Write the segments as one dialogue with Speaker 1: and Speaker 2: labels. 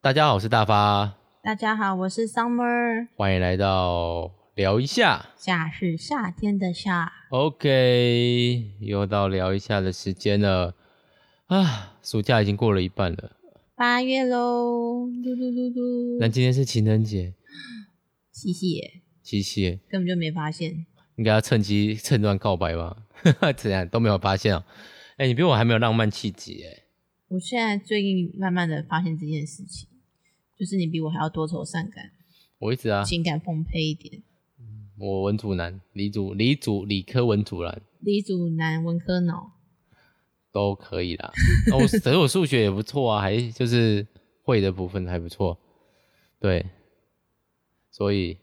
Speaker 1: 大家好，我是大发，
Speaker 2: 大家好，我是 Summer，
Speaker 1: 欢迎来到聊一下。
Speaker 2: 夏是夏天的夏，
Speaker 1: OK，又到聊一下的时间了啊！暑假已经过了一半了，
Speaker 2: 八月喽，嘟嘟嘟嘟，
Speaker 1: 但今天是情人节，
Speaker 2: 嘻嘻耶，
Speaker 1: 七夕，
Speaker 2: 根本就没发现，
Speaker 1: 应该要趁机趁乱告白吧？ 怎样都没有发现啊？哎、你比我还没有浪漫气节、哎
Speaker 2: 我现在最近慢慢的发现这件事情，就是你比我还要多愁善感，
Speaker 1: 我一直啊，
Speaker 2: 情感丰沛一点。
Speaker 1: 我文组男，理组理组理科文组男
Speaker 2: 李祖男文科脑，
Speaker 1: 都可以啦。那我可是我数学也不错啊，还就是会的部分还不错，对，所以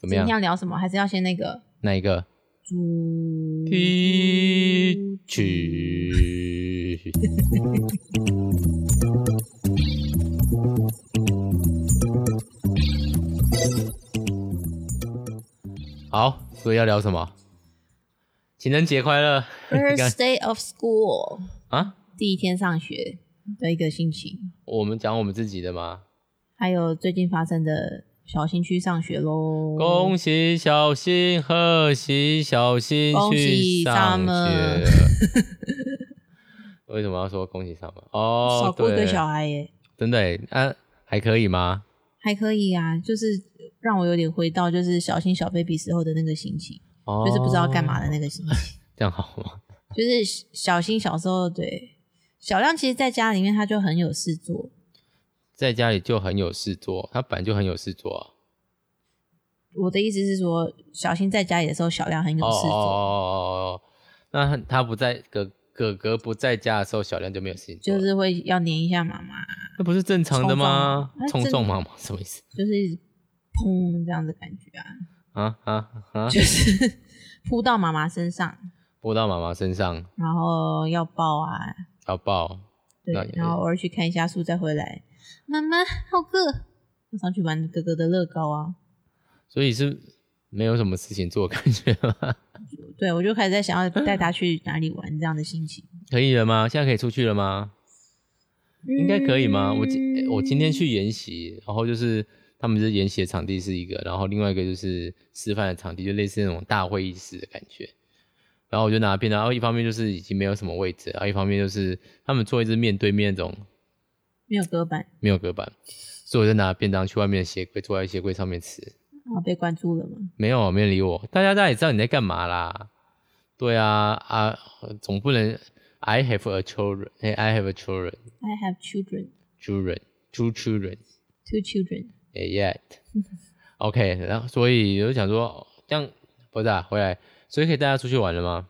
Speaker 1: 怎么
Speaker 2: 今天要
Speaker 1: 样？
Speaker 2: 聊什么？还是要先那个
Speaker 1: 哪一个？
Speaker 2: 主
Speaker 1: 提取。 好，所以要聊什么？情人节快乐！你看
Speaker 2: first day of school
Speaker 1: 啊，
Speaker 2: 第一天上学的一个心情，
Speaker 1: 我们讲我们自己的嘛。
Speaker 2: 还有最近发生的小新区上学喽，
Speaker 1: 恭喜小新，贺喜小新
Speaker 2: 恭
Speaker 1: 去
Speaker 2: 喜
Speaker 1: 上
Speaker 2: Summer
Speaker 1: 学。 为什么要说恭喜 summer？
Speaker 2: 少
Speaker 1: 哦，
Speaker 2: 过一个
Speaker 1: 对，
Speaker 2: 小孩耶。
Speaker 1: 真的欸，啊，还可以吗？
Speaker 2: 还可以啊，就是让我有点回到就是小新小 baby 时候的那个心情，
Speaker 1: 哦，
Speaker 2: 就是不知道干嘛的那个心情。
Speaker 1: 这样好吗？
Speaker 2: 就是小新小时候，对小亮，其实在家里面他就很有事做。
Speaker 1: 在家里就很有事做，他本来就很有事做啊。
Speaker 2: 我的意思是说，小新在家里的时候，小亮很有
Speaker 1: 哦
Speaker 2: 事
Speaker 1: 哦哦
Speaker 2: 做，
Speaker 1: 哦哦哦，那他不在哥哥哥不在家的时候，小亮就没有事情做了，
Speaker 2: 就是会要黏一下妈妈，
Speaker 1: 那不是正常的吗？冲
Speaker 2: 冲撞啊
Speaker 1: 撞妈妈什么意思
Speaker 2: 就是砰这样的感 觉啊，
Speaker 1: 啊啊啊！
Speaker 2: 就是 扑到妈妈身上，
Speaker 1: 扑到妈妈身上
Speaker 2: 然后要抱啊，
Speaker 1: 要抱，
Speaker 2: 对
Speaker 1: 那也，
Speaker 2: 然后偶尔去看一下树再回来。妈妈好饿，我上去玩哥哥的乐高啊。
Speaker 1: 所以是没有什么事情做的感觉吗？
Speaker 2: 对，我就开始在想要带他去哪里玩这样的心情，
Speaker 1: 可以了吗？现在可以出去了吗？应该可以吗？我今诶我今天去研习，然后就是他们就是研习的场地是一个，然后另外一个就是示范的场地，就类似那种大会议室的感觉。然后我就拿片，然后一方面就是已经没有什么位置，然后一方面就是他们做一只面对面那种
Speaker 2: 没有隔板，
Speaker 1: 没有隔板，所以我就拿便当去外面的鞋柜，坐在鞋柜上面吃。
Speaker 2: 然后被关注了嘛。
Speaker 1: 没有，没人理我。大家大家也知道你在干嘛啦。对啊，啊，总不能 I have a children，哎、i have a children，
Speaker 2: I have children,
Speaker 1: children two children。
Speaker 2: two children。
Speaker 1: 也 yet。OK，然后所以我就想说，这样不是啊，回来，所以可以带他出去玩了吗？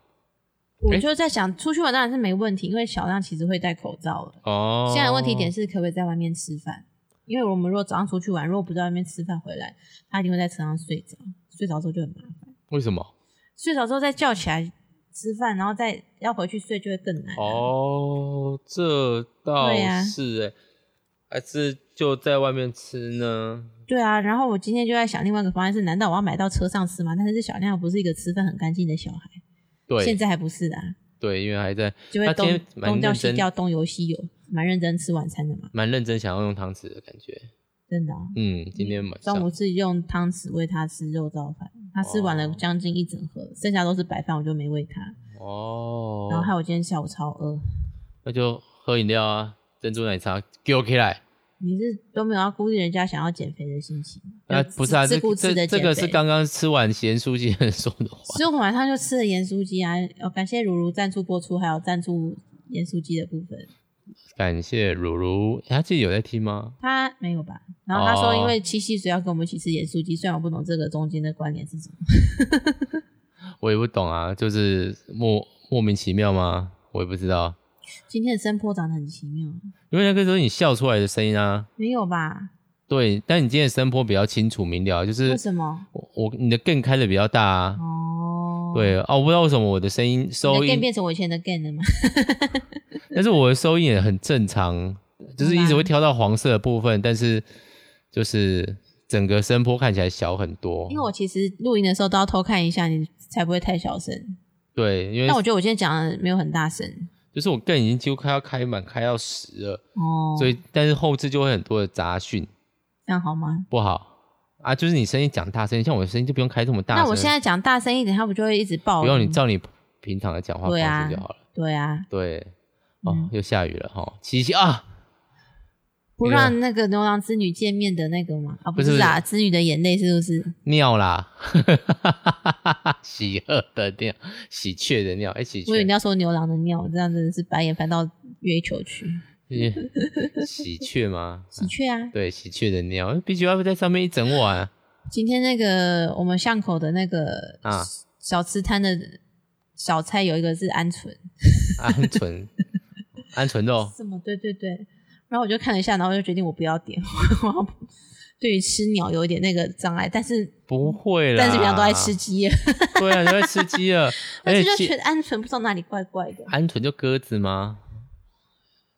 Speaker 2: 我就在想，出去玩当然是没问题，因为小亮其实会戴口罩了。
Speaker 1: 哦，
Speaker 2: 现在问题点是可不可以在外面吃饭？因为我们如果早上出去玩，如果不在外面吃饭回来，他一定会在车上睡着，睡着之后就很麻烦，
Speaker 1: 为什么？
Speaker 2: 睡着之后再叫起来吃饭，然后再要回去睡就会更难、啊。
Speaker 1: 哦，这倒
Speaker 2: 对啊
Speaker 1: 是哎、还是就在外面吃呢？
Speaker 2: 对啊，然后我今天就在想另外一个方案是，难道我要买到车上吃吗？但是这小亮不是一个吃饭很干净的小孩，现
Speaker 1: 对
Speaker 2: 在还不是啊，
Speaker 1: 对，因为还在
Speaker 2: 就会
Speaker 1: 他今
Speaker 2: 东
Speaker 1: 天蛮
Speaker 2: 东掉
Speaker 1: 认
Speaker 2: 西
Speaker 1: 真，
Speaker 2: 掉，东游西游，蛮认真吃晚餐的嘛，
Speaker 1: 蛮认真想要用汤匙的感觉。
Speaker 2: 真的、啊。
Speaker 1: 嗯，今天晚
Speaker 2: 中
Speaker 1: 上
Speaker 2: 午是用汤匙喂他吃肉燥饭，他吃完了
Speaker 1: 哦
Speaker 2: 将近一整盒，剩下都是白饭，我就没喂他。然后
Speaker 1: 哦，
Speaker 2: 害我今天下午超饿。
Speaker 1: 那就喝饮料啊，珍珠奶茶给我起来。
Speaker 2: 你是都没有要顾虑人家想要减肥的心情，
Speaker 1: 啊，
Speaker 2: 就
Speaker 1: 不是啊，
Speaker 2: 自
Speaker 1: 这
Speaker 2: 自顾自
Speaker 1: 这
Speaker 2: 的
Speaker 1: 这
Speaker 2: 减
Speaker 1: 个
Speaker 2: 肥。
Speaker 1: 是刚刚吃完咸酥鸡的人说的话。
Speaker 2: 所以我晚上就吃了盐酥鸡啊！哦，感谢如如赞助播出，还有赞助盐酥鸡的部分。
Speaker 1: 感谢如如，诶他自己有在听吗？
Speaker 2: 他没有吧？然后他说，
Speaker 1: 哦
Speaker 2: 因为七夕所以要跟我们一起吃盐酥鸡，虽然我不懂这个中间的关联是什么。
Speaker 1: 我也不懂啊，就是莫莫名其妙吗？我也不知道，
Speaker 2: 今天的声波长得很奇妙，
Speaker 1: 因为那个时候你笑出来的声音啊，
Speaker 2: 没有吧？
Speaker 1: 对，但你今天的声波比较清楚明了，就是
Speaker 2: 为什么？
Speaker 1: 我我你的更开的比较大啊，
Speaker 2: 哦，，
Speaker 1: 对啊，我不知道为什么我的声音收
Speaker 2: 你的 gain
Speaker 1: 音，
Speaker 2: 变成我以前的 gain 了吗？
Speaker 1: 但是我的收音也很正常，就是一直
Speaker 2: 好吧
Speaker 1: 会挑到黄色的部分，但是就是整个声波看起来小很多
Speaker 2: 因，为我其实录音的时候都要偷看一下，你才不会太小声。
Speaker 1: 对，因为
Speaker 2: 但我觉得我今天讲的没有很大声，
Speaker 1: 就是我更已经几乎快要开满，开到十了，
Speaker 2: 哦，
Speaker 1: 所以但是后置就会很多的杂讯，
Speaker 2: 这样好吗？
Speaker 1: 不好啊。就是你声音讲大声，像我的声音就不用开这么大声。
Speaker 2: 那我现在讲大声一点，他不就会一直爆
Speaker 1: 不
Speaker 2: 音？
Speaker 1: 用你照你平常的讲话
Speaker 2: 对
Speaker 1: 方
Speaker 2: 啊嗯
Speaker 1: 式就好了。
Speaker 2: 对啊，
Speaker 1: 对，哦，又下雨了哈，七夕啊，
Speaker 2: 不
Speaker 1: 那个
Speaker 2: 让那个牛郎织女见面的那个嘛？啊，不
Speaker 1: 不是
Speaker 2: 是啊，织女的眼泪是不是？
Speaker 1: 尿啦， 喜鹤的尿，喜鹊的尿，哎、喜
Speaker 2: 我以为
Speaker 1: 鹊
Speaker 2: 你，要说牛郎的尿，这样真的是白眼翻到月球去。
Speaker 1: 喜喜鹊吗？
Speaker 2: 喜鹊啊，
Speaker 1: 对，喜鹊的尿，必须要在上面一整晚。
Speaker 2: 今天那个我们巷口的那个
Speaker 1: 啊
Speaker 2: 小吃摊的小菜有一个是鹌鹑，
Speaker 1: 鹌 鹑，鹌鹑肉，
Speaker 2: 什么？对对对。然后我就看了一下，然后就决定我不要点， 我要对于吃鸟有一点那个障碍，但是
Speaker 1: 不会啦。
Speaker 2: 但是平常都在吃，鸡，
Speaker 1: 对啊，都在吃鸡了。
Speaker 2: 但
Speaker 1: 而
Speaker 2: 是
Speaker 1: 且
Speaker 2: 就
Speaker 1: 鸡
Speaker 2: 觉得鹌鹑不知道哪里怪怪的。
Speaker 1: 鹌鹑就鸽子吗？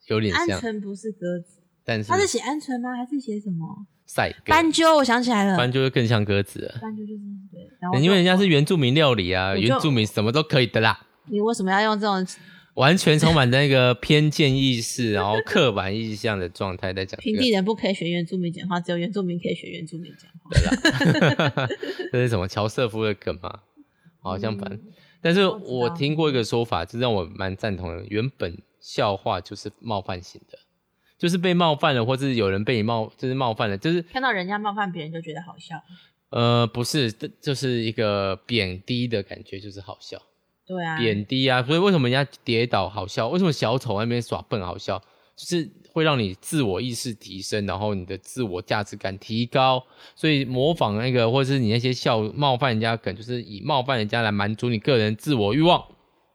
Speaker 1: 有点
Speaker 2: 鹌
Speaker 1: 像，
Speaker 2: 鹑不是鸽子，
Speaker 1: 但
Speaker 2: 它是
Speaker 1: 是
Speaker 2: 写鹌鹑吗？还是写什么？
Speaker 1: 赛鸽，
Speaker 2: 斑鸠，我想起来了，
Speaker 1: 斑鸠就更像鸽子了。
Speaker 2: 斑鸠就是对。然后我就
Speaker 1: 因为人家是原住民料理啊，
Speaker 2: 哦我就
Speaker 1: 原住民什么都可以的啦，
Speaker 2: 你为什么要用这种
Speaker 1: 完全充满那个偏见意识， 然后刻板印象的状态在讲这
Speaker 2: 平
Speaker 1: 个。
Speaker 2: 地人不可以学原住民讲话，只有原住民可以学原住民讲话？
Speaker 1: 这是什么乔瑟夫的梗吗？好像反，
Speaker 2: 嗯
Speaker 1: 但是
Speaker 2: 我知道
Speaker 1: 我听过一个说法，这让我蛮赞同的。原本笑话就是冒犯型的，就是被冒犯了，或是有人被你冒，就是冒犯了，就是
Speaker 2: 看到人家冒犯别人就觉得好笑。
Speaker 1: 呃，不是，这就是一个贬低的感觉，就是好笑。
Speaker 2: 对啊，
Speaker 1: 贬低啊，所以为什么人家跌倒好笑？为什么小丑在那边耍笨好笑？就是会让你自我意识提升，然后你的自我价值感提高。所以模仿那个，或者是你那些笑冒犯人家的梗，就是以冒犯人家来满足你个人自我欲望。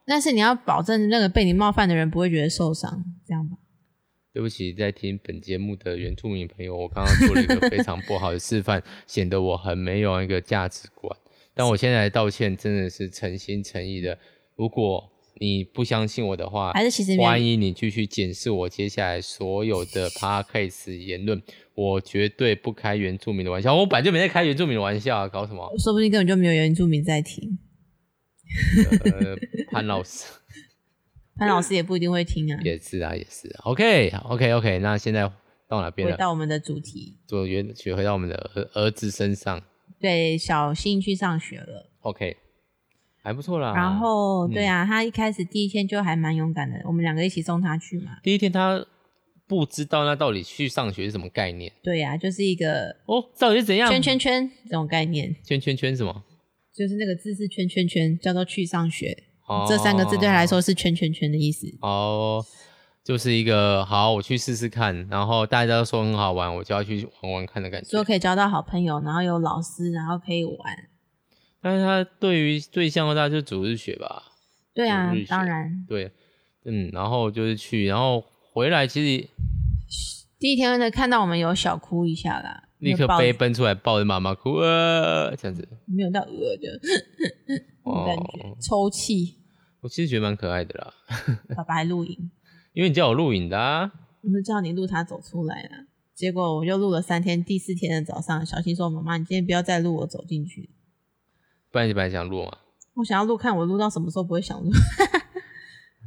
Speaker 2: 但是你要保证那个被你冒犯的人不会觉得受伤，这样吧？
Speaker 1: 对不起，在听本节目的原住民朋友，我刚刚做了一个非常不好的示范，显得我很没有一个价值观。但我现在来道歉，真的是诚心诚意的。如果你不相信我的话，
Speaker 2: 还是其实没有
Speaker 1: 欢迎你继续检视我接下来所有的 podcast 言论，我绝对不开原住民的玩笑，我本来就没在开原住民的玩笑、啊，搞什么？
Speaker 2: 说不定根本就没有原住民在听，
Speaker 1: 呃，潘老师
Speaker 2: 潘
Speaker 1: 嗯
Speaker 2: 老师也不一定会听啊。
Speaker 1: 也是啊，也是、啊。OK，OK，OK，、那现在到哪边
Speaker 2: 回
Speaker 1: 了？
Speaker 2: 到我们的主题，
Speaker 1: 就原学回到我们的儿儿子身上。
Speaker 2: 对，小新去上学了，
Speaker 1: OK，还不错啦。
Speaker 2: 然后
Speaker 1: 嗯
Speaker 2: 对啊，他一开始第一天就还蛮勇敢的，我们两个一起送他去嘛。
Speaker 1: 第一天他不知道那到底去上学是什么概念
Speaker 2: 对啊，就是一个
Speaker 1: 哦，到底是怎样？
Speaker 2: 圈圈圈这种概念，
Speaker 1: 圈圈圈什么？
Speaker 2: 就是那个字是圈圈圈，叫做去上学。
Speaker 1: 哦
Speaker 2: 这三个字对他来说是圈圈圈的意思。
Speaker 1: 哦，就是一个好，我去试试看，然后大家都说很好玩，我就要去玩玩看的感觉
Speaker 2: 说。可以交到好朋友，然后有老师，然后可以玩。
Speaker 1: 但是他对于对象的话，大家就主日学吧，
Speaker 2: 对啊
Speaker 1: 有日，学
Speaker 2: 当然，
Speaker 1: 对，嗯，然后就是去，然后回来其实
Speaker 2: 第一天呢，看到我们有小哭一下啦，
Speaker 1: 立刻
Speaker 2: 没有抱
Speaker 1: 飞奔出来抱着妈妈哭，呃，这样子。哦
Speaker 2: 没有到呃的那种感觉，抽泣。
Speaker 1: 我其实觉得蛮可爱的啦，
Speaker 2: 爸爸还录影，
Speaker 1: 因为你叫我录影的啊。
Speaker 2: 我就叫你录他走出来啦。结果我就录了三天，第四天的早上，小新说：“妈妈，你今天不要再录我走进去。
Speaker 1: 不然你本来想录嘛，”
Speaker 2: 我想要录，看我录到什么时候不会想录，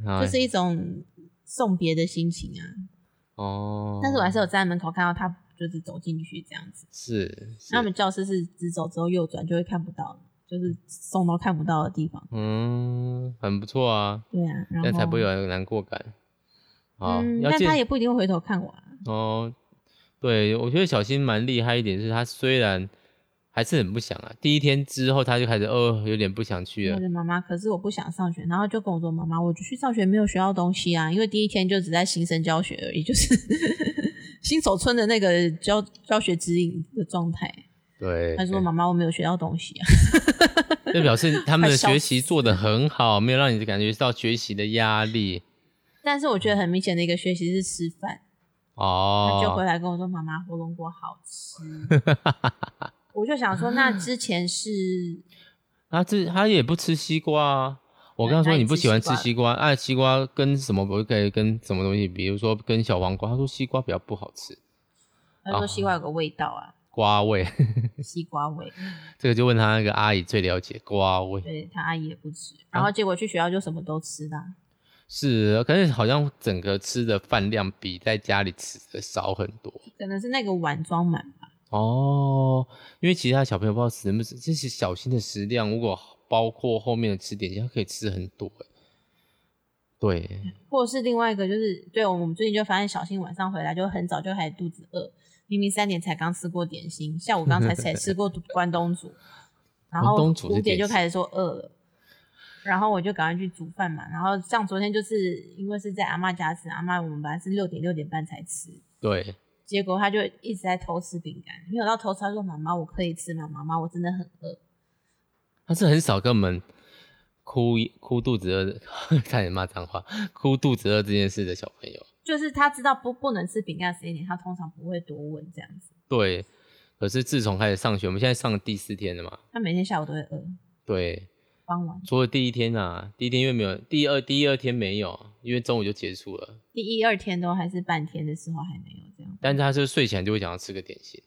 Speaker 1: 然后
Speaker 2: 就是一种送别的心情啊。
Speaker 1: 哦，
Speaker 2: 但是我还是有在门口看到他，就是走进去这样子。
Speaker 1: 是是
Speaker 2: 那我们教室是直走之后右转就会看不到了，就是送到看不到的地方。
Speaker 1: 嗯，很不错啊，
Speaker 2: 对啊，
Speaker 1: 这
Speaker 2: 然后
Speaker 1: 样才不会有难过感。好，
Speaker 2: 嗯，
Speaker 1: 要
Speaker 2: 但他
Speaker 1: 见
Speaker 2: 也不一定会回头看我、啊。
Speaker 1: 哦。对，我觉得小新蛮厉害一点，是他虽然还是很不想啊，第一天之后他就开始哦，有点不想去
Speaker 2: 我
Speaker 1: 了。
Speaker 2: 的妈妈，可是我不想上学，然后就跟我说：“妈妈，我就去上学没有学到东西啊，因为第一天就只在新生教学而已，就是 新手村的那个教教学指引的状态。”
Speaker 1: 对，
Speaker 2: 他说：“妈妈，我没有学到东西啊。
Speaker 1: 对就表示他们的
Speaker 2: 快笑死
Speaker 1: 学习做得很好，没有让你感觉到学习的压力”
Speaker 2: 但是我觉得很明显的一个学习是吃饭，他就回
Speaker 1: 哦。
Speaker 2: 来跟我说：“妈妈，火龙果好吃。”我就想说，那之前是
Speaker 1: 他这他也不吃西瓜啊。我
Speaker 2: 那
Speaker 1: 刚刚说
Speaker 2: 那
Speaker 1: 你
Speaker 2: 你
Speaker 1: 不
Speaker 2: 吃
Speaker 1: 喜欢
Speaker 2: 西
Speaker 1: 吃
Speaker 2: 瓜
Speaker 1: 西瓜，爱西瓜跟什么不可以跟什么东西，比如说跟小黄瓜，他说西瓜比较不好吃，
Speaker 2: 他说西瓜有个味道啊，
Speaker 1: 瓜味。
Speaker 2: 西瓜味，
Speaker 1: 这个就问他那个阿姨最了解瓜味，
Speaker 2: 对他阿姨也不吃，然后结果去学校就什么都吃啦、
Speaker 1: 是，啊可是好像整个吃的饭量比在家里吃的少很多
Speaker 2: 可能是那个碗装满吧。
Speaker 1: 哦。因为其他小朋友不知道食不食，这些小新的食量，如果包括后面的吃点心，他可以吃很多欸。对，
Speaker 2: 或者是另外一个就是，对我们最近就发现小新晚上回来就很早就开始肚子饿，明明三点才刚吃过点心，下午刚才才 吃过关东煮，然后
Speaker 1: 关东煮是
Speaker 2: 五
Speaker 1: 点
Speaker 2: 点就
Speaker 1: 心
Speaker 2: 开始说饿了。然后我就赶快去煮饭嘛，然后像昨天就是因为是在阿嬷家吃，阿嬷我们本来是六点六点半才吃，
Speaker 1: 对，
Speaker 2: 结果他就一直在偷吃饼干，没有到偷吃，他说妈妈我可以吃吗？妈妈我真的很饿，
Speaker 1: 他是很少跟我们哭哭肚子饿的， 差点骂脏话，哭肚子饿这件事的小朋友。
Speaker 2: 就是他知道不不能吃饼干的时间点，他通常不会多问这样子，
Speaker 1: 对，可是自从开始上学，我们现在上第四天了嘛，
Speaker 2: 他每天下午都会饿，
Speaker 1: 对，
Speaker 2: 傍晚。
Speaker 1: 除了第一天啊，第一天因为没有，第二第二天没有，因为中午就结束了。
Speaker 2: 第一二天都还是半天的时候还没有这样。
Speaker 1: 但是他是睡前就会想要吃个点心，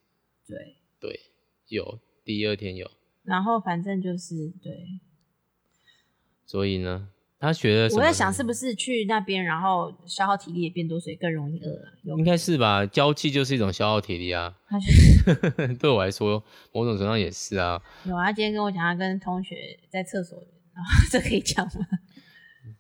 Speaker 2: 对，
Speaker 1: 对，有第二天有，
Speaker 2: 然后反正就是对，
Speaker 1: 所以呢，他学了什么
Speaker 2: 我
Speaker 1: 呢？
Speaker 2: 在想是不是去那边，然后消耗体力也变多，所以更容易饿了。有
Speaker 1: 应该是吧，交际就是一种消耗体力啊。
Speaker 2: 他就是
Speaker 1: 对我来说，某种程度上也是啊。
Speaker 2: 有啊，他今天跟我讲他跟同学在厕所，然后 这可以讲吗？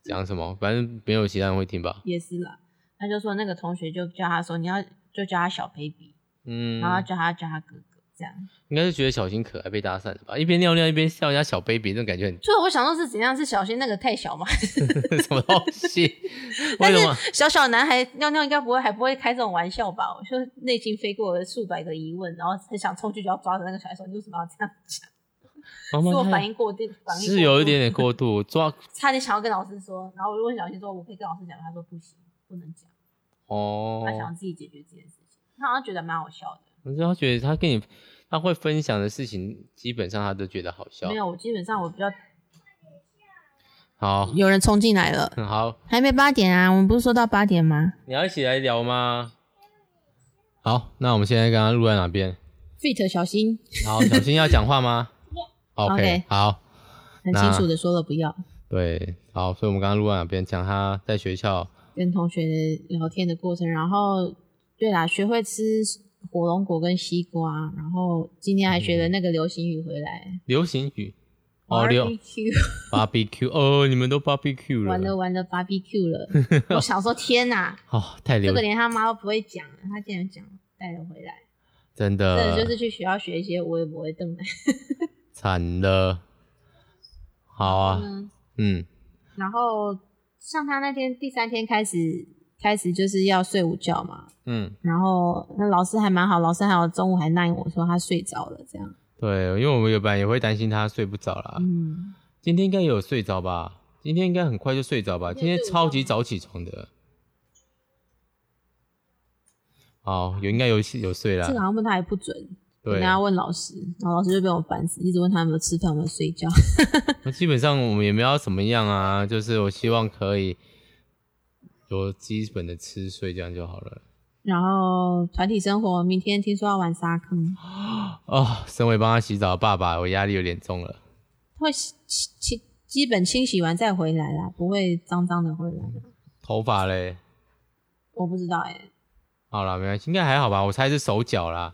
Speaker 1: 讲什么，反正没有其他人会听吧。
Speaker 2: 也是啦，他就说那个同学就叫他说你要就叫他小 baby，
Speaker 1: 嗯，
Speaker 2: 然后叫他叫他哥哥这样。
Speaker 1: 应该是觉得小新可爱被搭讪的吧，一边尿尿一边笑人家小 baby，这种感觉很
Speaker 2: 所以我想说是怎样是小新那个太小嘛，
Speaker 1: 什么东西？ 为
Speaker 2: 但
Speaker 1: 什么？
Speaker 2: 是小小男孩尿尿应该不会还不会开这种玩笑吧？我就内心飞过了数百个疑问，然后很想冲去就要抓着那个小孩说：“你为什么要这样讲？”
Speaker 1: 妈
Speaker 2: 是我
Speaker 1: 妈
Speaker 2: 反
Speaker 1: 太
Speaker 2: 应过度，反应过度
Speaker 1: 是有一点，点过度，抓
Speaker 2: 差点想要跟老师说。然后我就问小新说：“我可以跟老师讲吗？”他说：“不行，不能讲。”
Speaker 1: 哦
Speaker 2: 他。想要自己解决这件事情，他好像觉得蛮好笑的。
Speaker 1: 我知道，觉得他跟你他会分享的事情，基本上他都觉得好笑
Speaker 2: 没。有，我基本上我比较
Speaker 1: 好，
Speaker 2: 有人冲进来了，
Speaker 1: 嗯好，
Speaker 2: 还没八点啊？我们不是说到八点吗
Speaker 1: 你要一起来聊吗？好，那我们现在刚刚录在哪边？
Speaker 2: ？Fit 小新
Speaker 1: 好，小新要讲话 吗
Speaker 2: OK
Speaker 1: 好，
Speaker 2: 很
Speaker 1: 清楚
Speaker 2: 的说了不要
Speaker 1: 对，好，所以我们刚刚录在哪边？讲他在学校
Speaker 2: 跟同学聊天的过程，然后对啦，学会吃火龙果跟西瓜，然后今天还学了那个流行语回来。
Speaker 1: 流行语嗯哦，
Speaker 2: b
Speaker 1: 流
Speaker 2: b q
Speaker 1: barbecue 哦，你们都 barbecue 了，
Speaker 2: 玩了玩了 barbecue 了，我想说天哪，
Speaker 1: 哦，太
Speaker 2: 这
Speaker 1: 流
Speaker 2: 个连他妈都不会讲，他竟然讲带了回来，
Speaker 1: 真的，
Speaker 2: 这就是去学校学一些我也不会瞪的。
Speaker 1: 惨了。好啊，
Speaker 2: 嗯，
Speaker 1: 嗯，
Speaker 2: 然后像他那天第三天开始开始就是要睡午觉嘛，
Speaker 1: 嗯，
Speaker 2: 然后那老师还蛮好，老师还有中午还赖我说他睡着了这样，
Speaker 1: 对，因为我们有班也会担心他睡不着啦。
Speaker 2: 嗯。
Speaker 1: 今天应该也有睡着吧？今天应该很快就睡着吧？今
Speaker 2: 今天
Speaker 1: 天
Speaker 2: 有睡
Speaker 1: 超级早起床的。好，有应该有有睡啦
Speaker 2: 这。个好像问他也不准，
Speaker 1: 啊对
Speaker 2: 等，下问老师，然后老师就被我烦死，一直问他有没有吃饭，有没有睡觉。
Speaker 1: 那基本上我们也没有要怎么样啊，就是我希望可以有基本的吃睡，这样就好了。
Speaker 2: 然后团体生活，明天听说要玩沙坑，
Speaker 1: 哦，身为帮他洗澡的爸爸，我压力有点重了。
Speaker 2: 会洗洗洗基本清洗完再回来啦，不会脏脏的回来。
Speaker 1: 头发嘞，
Speaker 2: 我不知道哎、
Speaker 1: 好了，没关系，应该还好吧？我猜是手脚啦，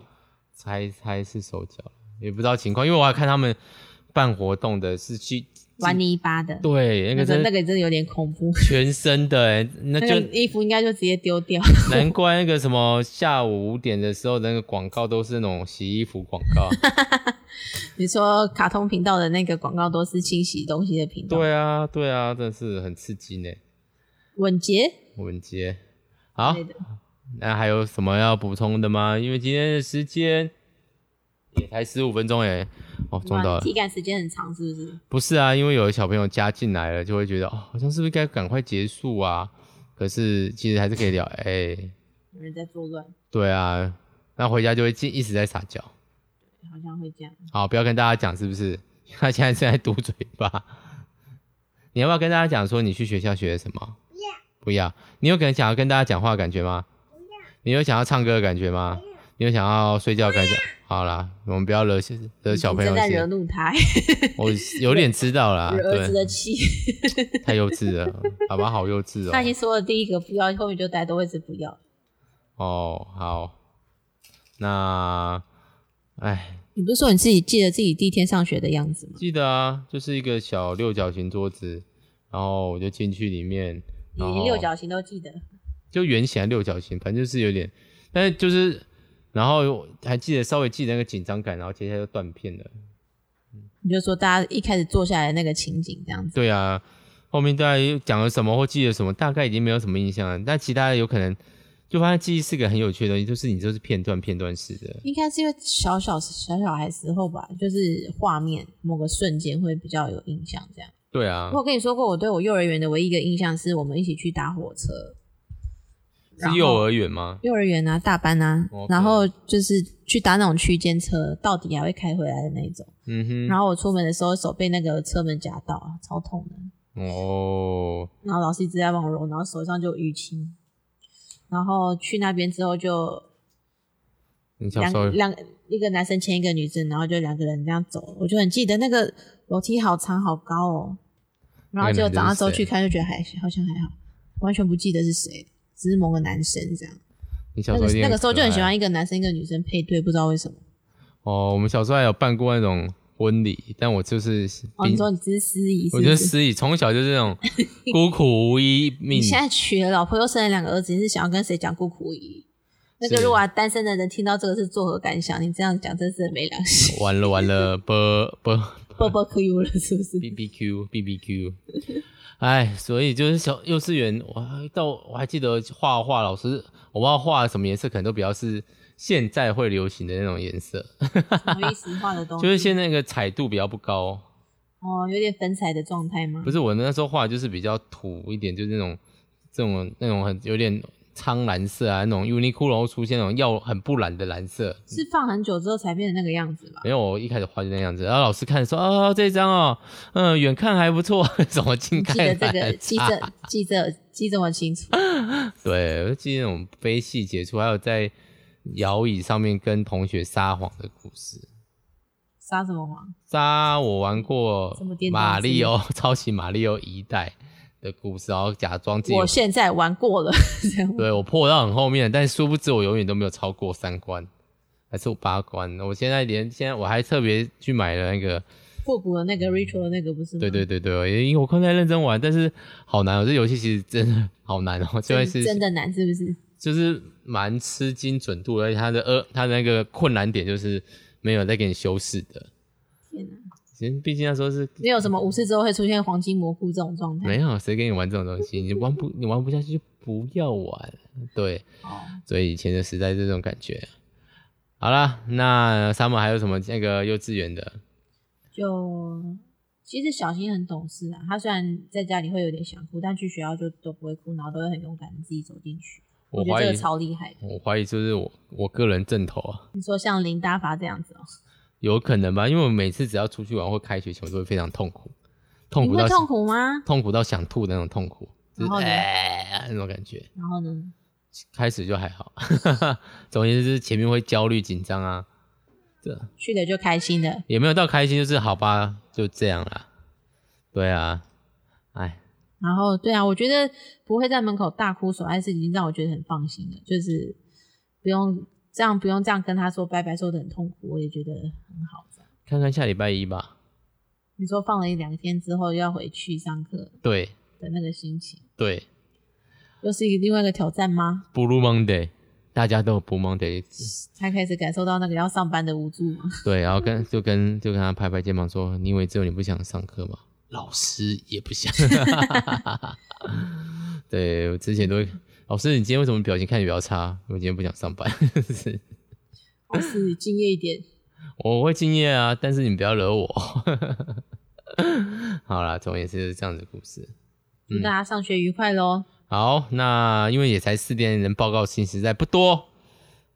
Speaker 1: 猜猜是手脚，也不知道情况，因为我要看他们办活动的是去
Speaker 2: 玩泥巴的，
Speaker 1: 对那个
Speaker 2: 真
Speaker 1: 真
Speaker 2: 那
Speaker 1: 的
Speaker 2: 个真的有点恐怖，
Speaker 1: 全身的、欸，那
Speaker 2: 那
Speaker 1: 就
Speaker 2: 个 衣服应该就直接丢掉。
Speaker 1: 难怪那个什么下午五点的时候那个广告都是那种洗衣服广 告。
Speaker 2: 你说卡通频道的那个广告都是清洗东西的频道，
Speaker 1: 对啊，对啊，真的是很刺激呢。
Speaker 2: 稳洁
Speaker 1: 文杰，好
Speaker 2: 对，的。
Speaker 1: 那还有什么要补充的吗？因为今天的时间也才十五分钟诶，哦，中到
Speaker 2: 哇
Speaker 1: 了。
Speaker 2: 体感时间很长，是不是？
Speaker 1: 不是啊，因为有的小朋友加进来了，就会觉得哦，好像是不是该赶快结束啊？可是其实还是可以聊，哎、
Speaker 2: 有人在作乱，
Speaker 1: 对啊，那回家就会进一直在撒娇。
Speaker 2: 好像会这样。
Speaker 1: 好，不要跟大家讲是不是？ 他现在正在嘟嘴巴。你要不要跟大家讲说你去学校学了什么？不要。不要。你有可能想要跟大家讲话的感觉吗？不要。你有想要唱歌的感觉吗？你有想要睡觉的感觉？好啦，我们不要惹小惹小朋友
Speaker 2: 正在惹
Speaker 1: 气，
Speaker 2: 怒他，
Speaker 1: 我有点知道 啦，
Speaker 2: 惹儿子的
Speaker 1: 啊对，
Speaker 2: 气。
Speaker 1: 太幼稚了，爸爸好幼稚
Speaker 2: 他已经
Speaker 1: 哦。
Speaker 2: 说了第一个不要，后面就逮多位置不要。
Speaker 1: 哦，好，那，哎，
Speaker 2: 你不是说你自己记得自己第一天上学的样子吗？
Speaker 1: 记得啊，就是一个小六角形桌子，然后我就进去里面，
Speaker 2: 你
Speaker 1: 然
Speaker 2: 连
Speaker 1: 后
Speaker 2: 六角形都记得，
Speaker 1: 就圆形还是六角形，反正就是有点，但是就是，然后还记得稍微记得那个紧张感，然后接下来就断片了。
Speaker 2: 你就说大家一开始坐下来的那个情景这样子。
Speaker 1: 对啊，后面大概讲了什么或记得什么，大概已经没有什么印象了。但其他的有可能就发现记忆是个很有趣的东西，就是你就是片段片段式的。
Speaker 2: 应该是因为小小小小孩时候吧，就是画面某个瞬间会比较有印象这样。
Speaker 1: 对啊
Speaker 2: 我，有跟你说过，我对我幼儿园的唯一一个印象是我们一起去搭火车，然
Speaker 1: 是
Speaker 2: 后
Speaker 1: 幼儿园吗？
Speaker 2: 幼儿园啊、大班啊
Speaker 1: OK
Speaker 2: 然后就是去搭那种区间车，到底还会开回来的那种。
Speaker 1: 嗯
Speaker 2: 然后我出门的时候手被那个车门夹到啊，超痛的。
Speaker 1: 哼，哦，
Speaker 2: 然后老师一直在帮我揉，然后手上就有淤青。然后去那边之后就
Speaker 1: 你小
Speaker 2: 两
Speaker 1: 时候
Speaker 2: 两一个男生牵一个女生，然后就两个人这样走，我就很记得那个楼梯好长好高哦。然
Speaker 1: 那
Speaker 2: 后
Speaker 1: 个
Speaker 2: 结果
Speaker 1: 男生
Speaker 2: 长大之后
Speaker 1: 是谁
Speaker 2: 去看，就觉得还好像还好，完全不记得是谁，只是某个男生这样。
Speaker 1: 你小
Speaker 2: 那
Speaker 1: 时候
Speaker 2: 个
Speaker 1: 一定
Speaker 2: 那个
Speaker 1: 很
Speaker 2: 时候就很
Speaker 1: 可
Speaker 2: 喜
Speaker 1: 爱
Speaker 2: 欢一个男生一个女生配对，不知道为什么。
Speaker 1: 哦。我们小时候还有办过那种婚礼，但我就是
Speaker 2: 哦，你说你只是失忆，是
Speaker 1: 我
Speaker 2: 不？
Speaker 1: 就是失忆，从小就是那种孤苦无 依命
Speaker 2: 你。现在娶了老婆又生了两个儿子，你是想要跟谁讲孤苦无依？那个
Speaker 1: 是
Speaker 2: 如果单身的人听到这个是作何感想？你这样讲真是很没良 心
Speaker 1: 完了完了，不不
Speaker 2: ，b b q 了是不是？
Speaker 1: B B Q B B Q，哎，所以就是小幼稚园，我还到我还记得画画老师，我不知道画什么颜色，可能都比较是现在会流行的那种颜色，
Speaker 2: 什么意思？画的东西
Speaker 1: 就是现在那个彩度比较不高。
Speaker 2: 哦，有点粉彩的状态吗
Speaker 1: 不？是我那时候画就是比较土一点，就是那种这种那种很有点苍蓝色啊，那种 Uniqlo 出现那种要很不蓝的蓝色。
Speaker 2: 是放很久之后才变成那个样 子吧？
Speaker 1: 没有，我一开始画就那样子，然后老师看说，哦，这张哦，嗯，远看还不错， 怎么近
Speaker 2: 你
Speaker 1: 看啊
Speaker 2: 记得这
Speaker 1: 还
Speaker 2: 个，记
Speaker 1: 差
Speaker 2: 这记这记这么清楚，
Speaker 1: 对，我就记得那种非细节处，还有在摇椅上面跟同学撒谎的故事。
Speaker 2: 撒什么谎？
Speaker 1: 撒我玩过
Speaker 2: 什么电动
Speaker 1: 马
Speaker 2: 机
Speaker 1: 里奥 抄袭马里奥一代的故事，然后假装自己
Speaker 2: 我现在玩过了， 这样
Speaker 1: 对我破到很后面，但殊不知我永远都没有超过三关，还是八关。我现在连现在我还特别去买了那个，
Speaker 2: 复古的那个 Rachel 的那个不是
Speaker 1: 嗯
Speaker 2: 吗？
Speaker 1: 对对对对，因为我刚才认真玩，但是好难哦，这游戏其实真的好难哦，就
Speaker 2: 真，
Speaker 1: 算
Speaker 2: 是
Speaker 1: 是
Speaker 2: 真的难是不是？
Speaker 1: 就是蛮吃精准度的，而且它的呃，它的那个困难点就是没有在给你修饰的。
Speaker 2: 天哪，
Speaker 1: 其实毕竟那时候是
Speaker 2: 没有什么五次之后会出现黄金蘑菇这种状态。
Speaker 1: 没有谁跟你玩这种东西，你玩不你玩不下去就不要玩。对，
Speaker 2: 哦
Speaker 1: 所以以前的时代是这种感觉。好啦，那 Summer 还有什么那个幼稚园的？
Speaker 2: 就其实小新很懂事啊，他虽然在家里会有点想哭，但去学校就都不会哭，然后都会很勇敢地自己走进去。我觉得
Speaker 1: 怀
Speaker 2: 这
Speaker 1: 疑
Speaker 2: 个，超厉害的。
Speaker 1: 我怀疑就是我我个人正头啊，
Speaker 2: 你说像林大发这样子哦、
Speaker 1: 有可能吧，因为我每次只要出去玩或开学前，我都会非常痛苦，痛
Speaker 2: 你
Speaker 1: 苦
Speaker 2: 会
Speaker 1: 到
Speaker 2: 痛苦吗？
Speaker 1: 痛苦到想吐的那种痛苦，就
Speaker 2: 然
Speaker 1: 是
Speaker 2: 后呢
Speaker 1: 哎那种感觉。
Speaker 2: 然后呢？
Speaker 1: 开始就还好， 总而言之，前面会焦虑紧张啊，
Speaker 2: 去了就开心的，
Speaker 1: 也没有到开心，就是好吧，就这样啦。对啊，哎，
Speaker 2: 然后对啊，我觉得不会在门口大哭所爱是已经让我觉得很放心了，就是不用这样，不用这样跟他说拜拜，说的很痛苦，我也觉得很好。这样
Speaker 1: 看看下礼拜一吧。
Speaker 2: 你说放了一两天之后又要回去上课
Speaker 1: 对
Speaker 2: 的那个心情，
Speaker 1: 对
Speaker 2: 又是一个另外一个挑战吗？
Speaker 1: ，Blue Monday，大家都有 Blue Monday，
Speaker 2: 才开始感受到那个要上班的无助吗？
Speaker 1: 对，然后跟就跟就跟他拍拍肩膀说：“你以为只有你不想上课吗？老师也不想。 对”我之前都会，老师，你今天为什么表情看起来比较差？因为今天不想上班。 是
Speaker 2: 还是敬业一点？
Speaker 1: 我会敬业啊，但是你不要惹我。 好啦，总而言之就是这样子的故事。
Speaker 2: 祝大家上学愉快喽！
Speaker 1: 好，那因为也才四天，能报告信实在不多。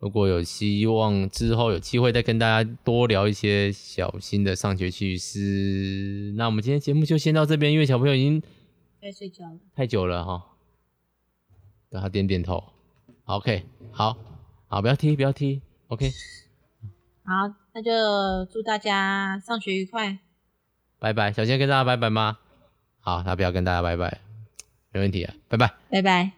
Speaker 1: 如果有希望之后有机会再跟大家多聊一些小新的上学趣事。那我们今天节目就先到这边，因为小朋友已经
Speaker 2: 该睡觉了，
Speaker 1: 太久了哈。对他点点头。OK，好，好，不要踢，不要踢。OK，
Speaker 2: 好，那就祝大家上学愉快。
Speaker 1: 拜拜，小仙跟大家拜拜吗？好，他不要跟大家拜拜，没问题啊，拜拜。
Speaker 2: 拜拜。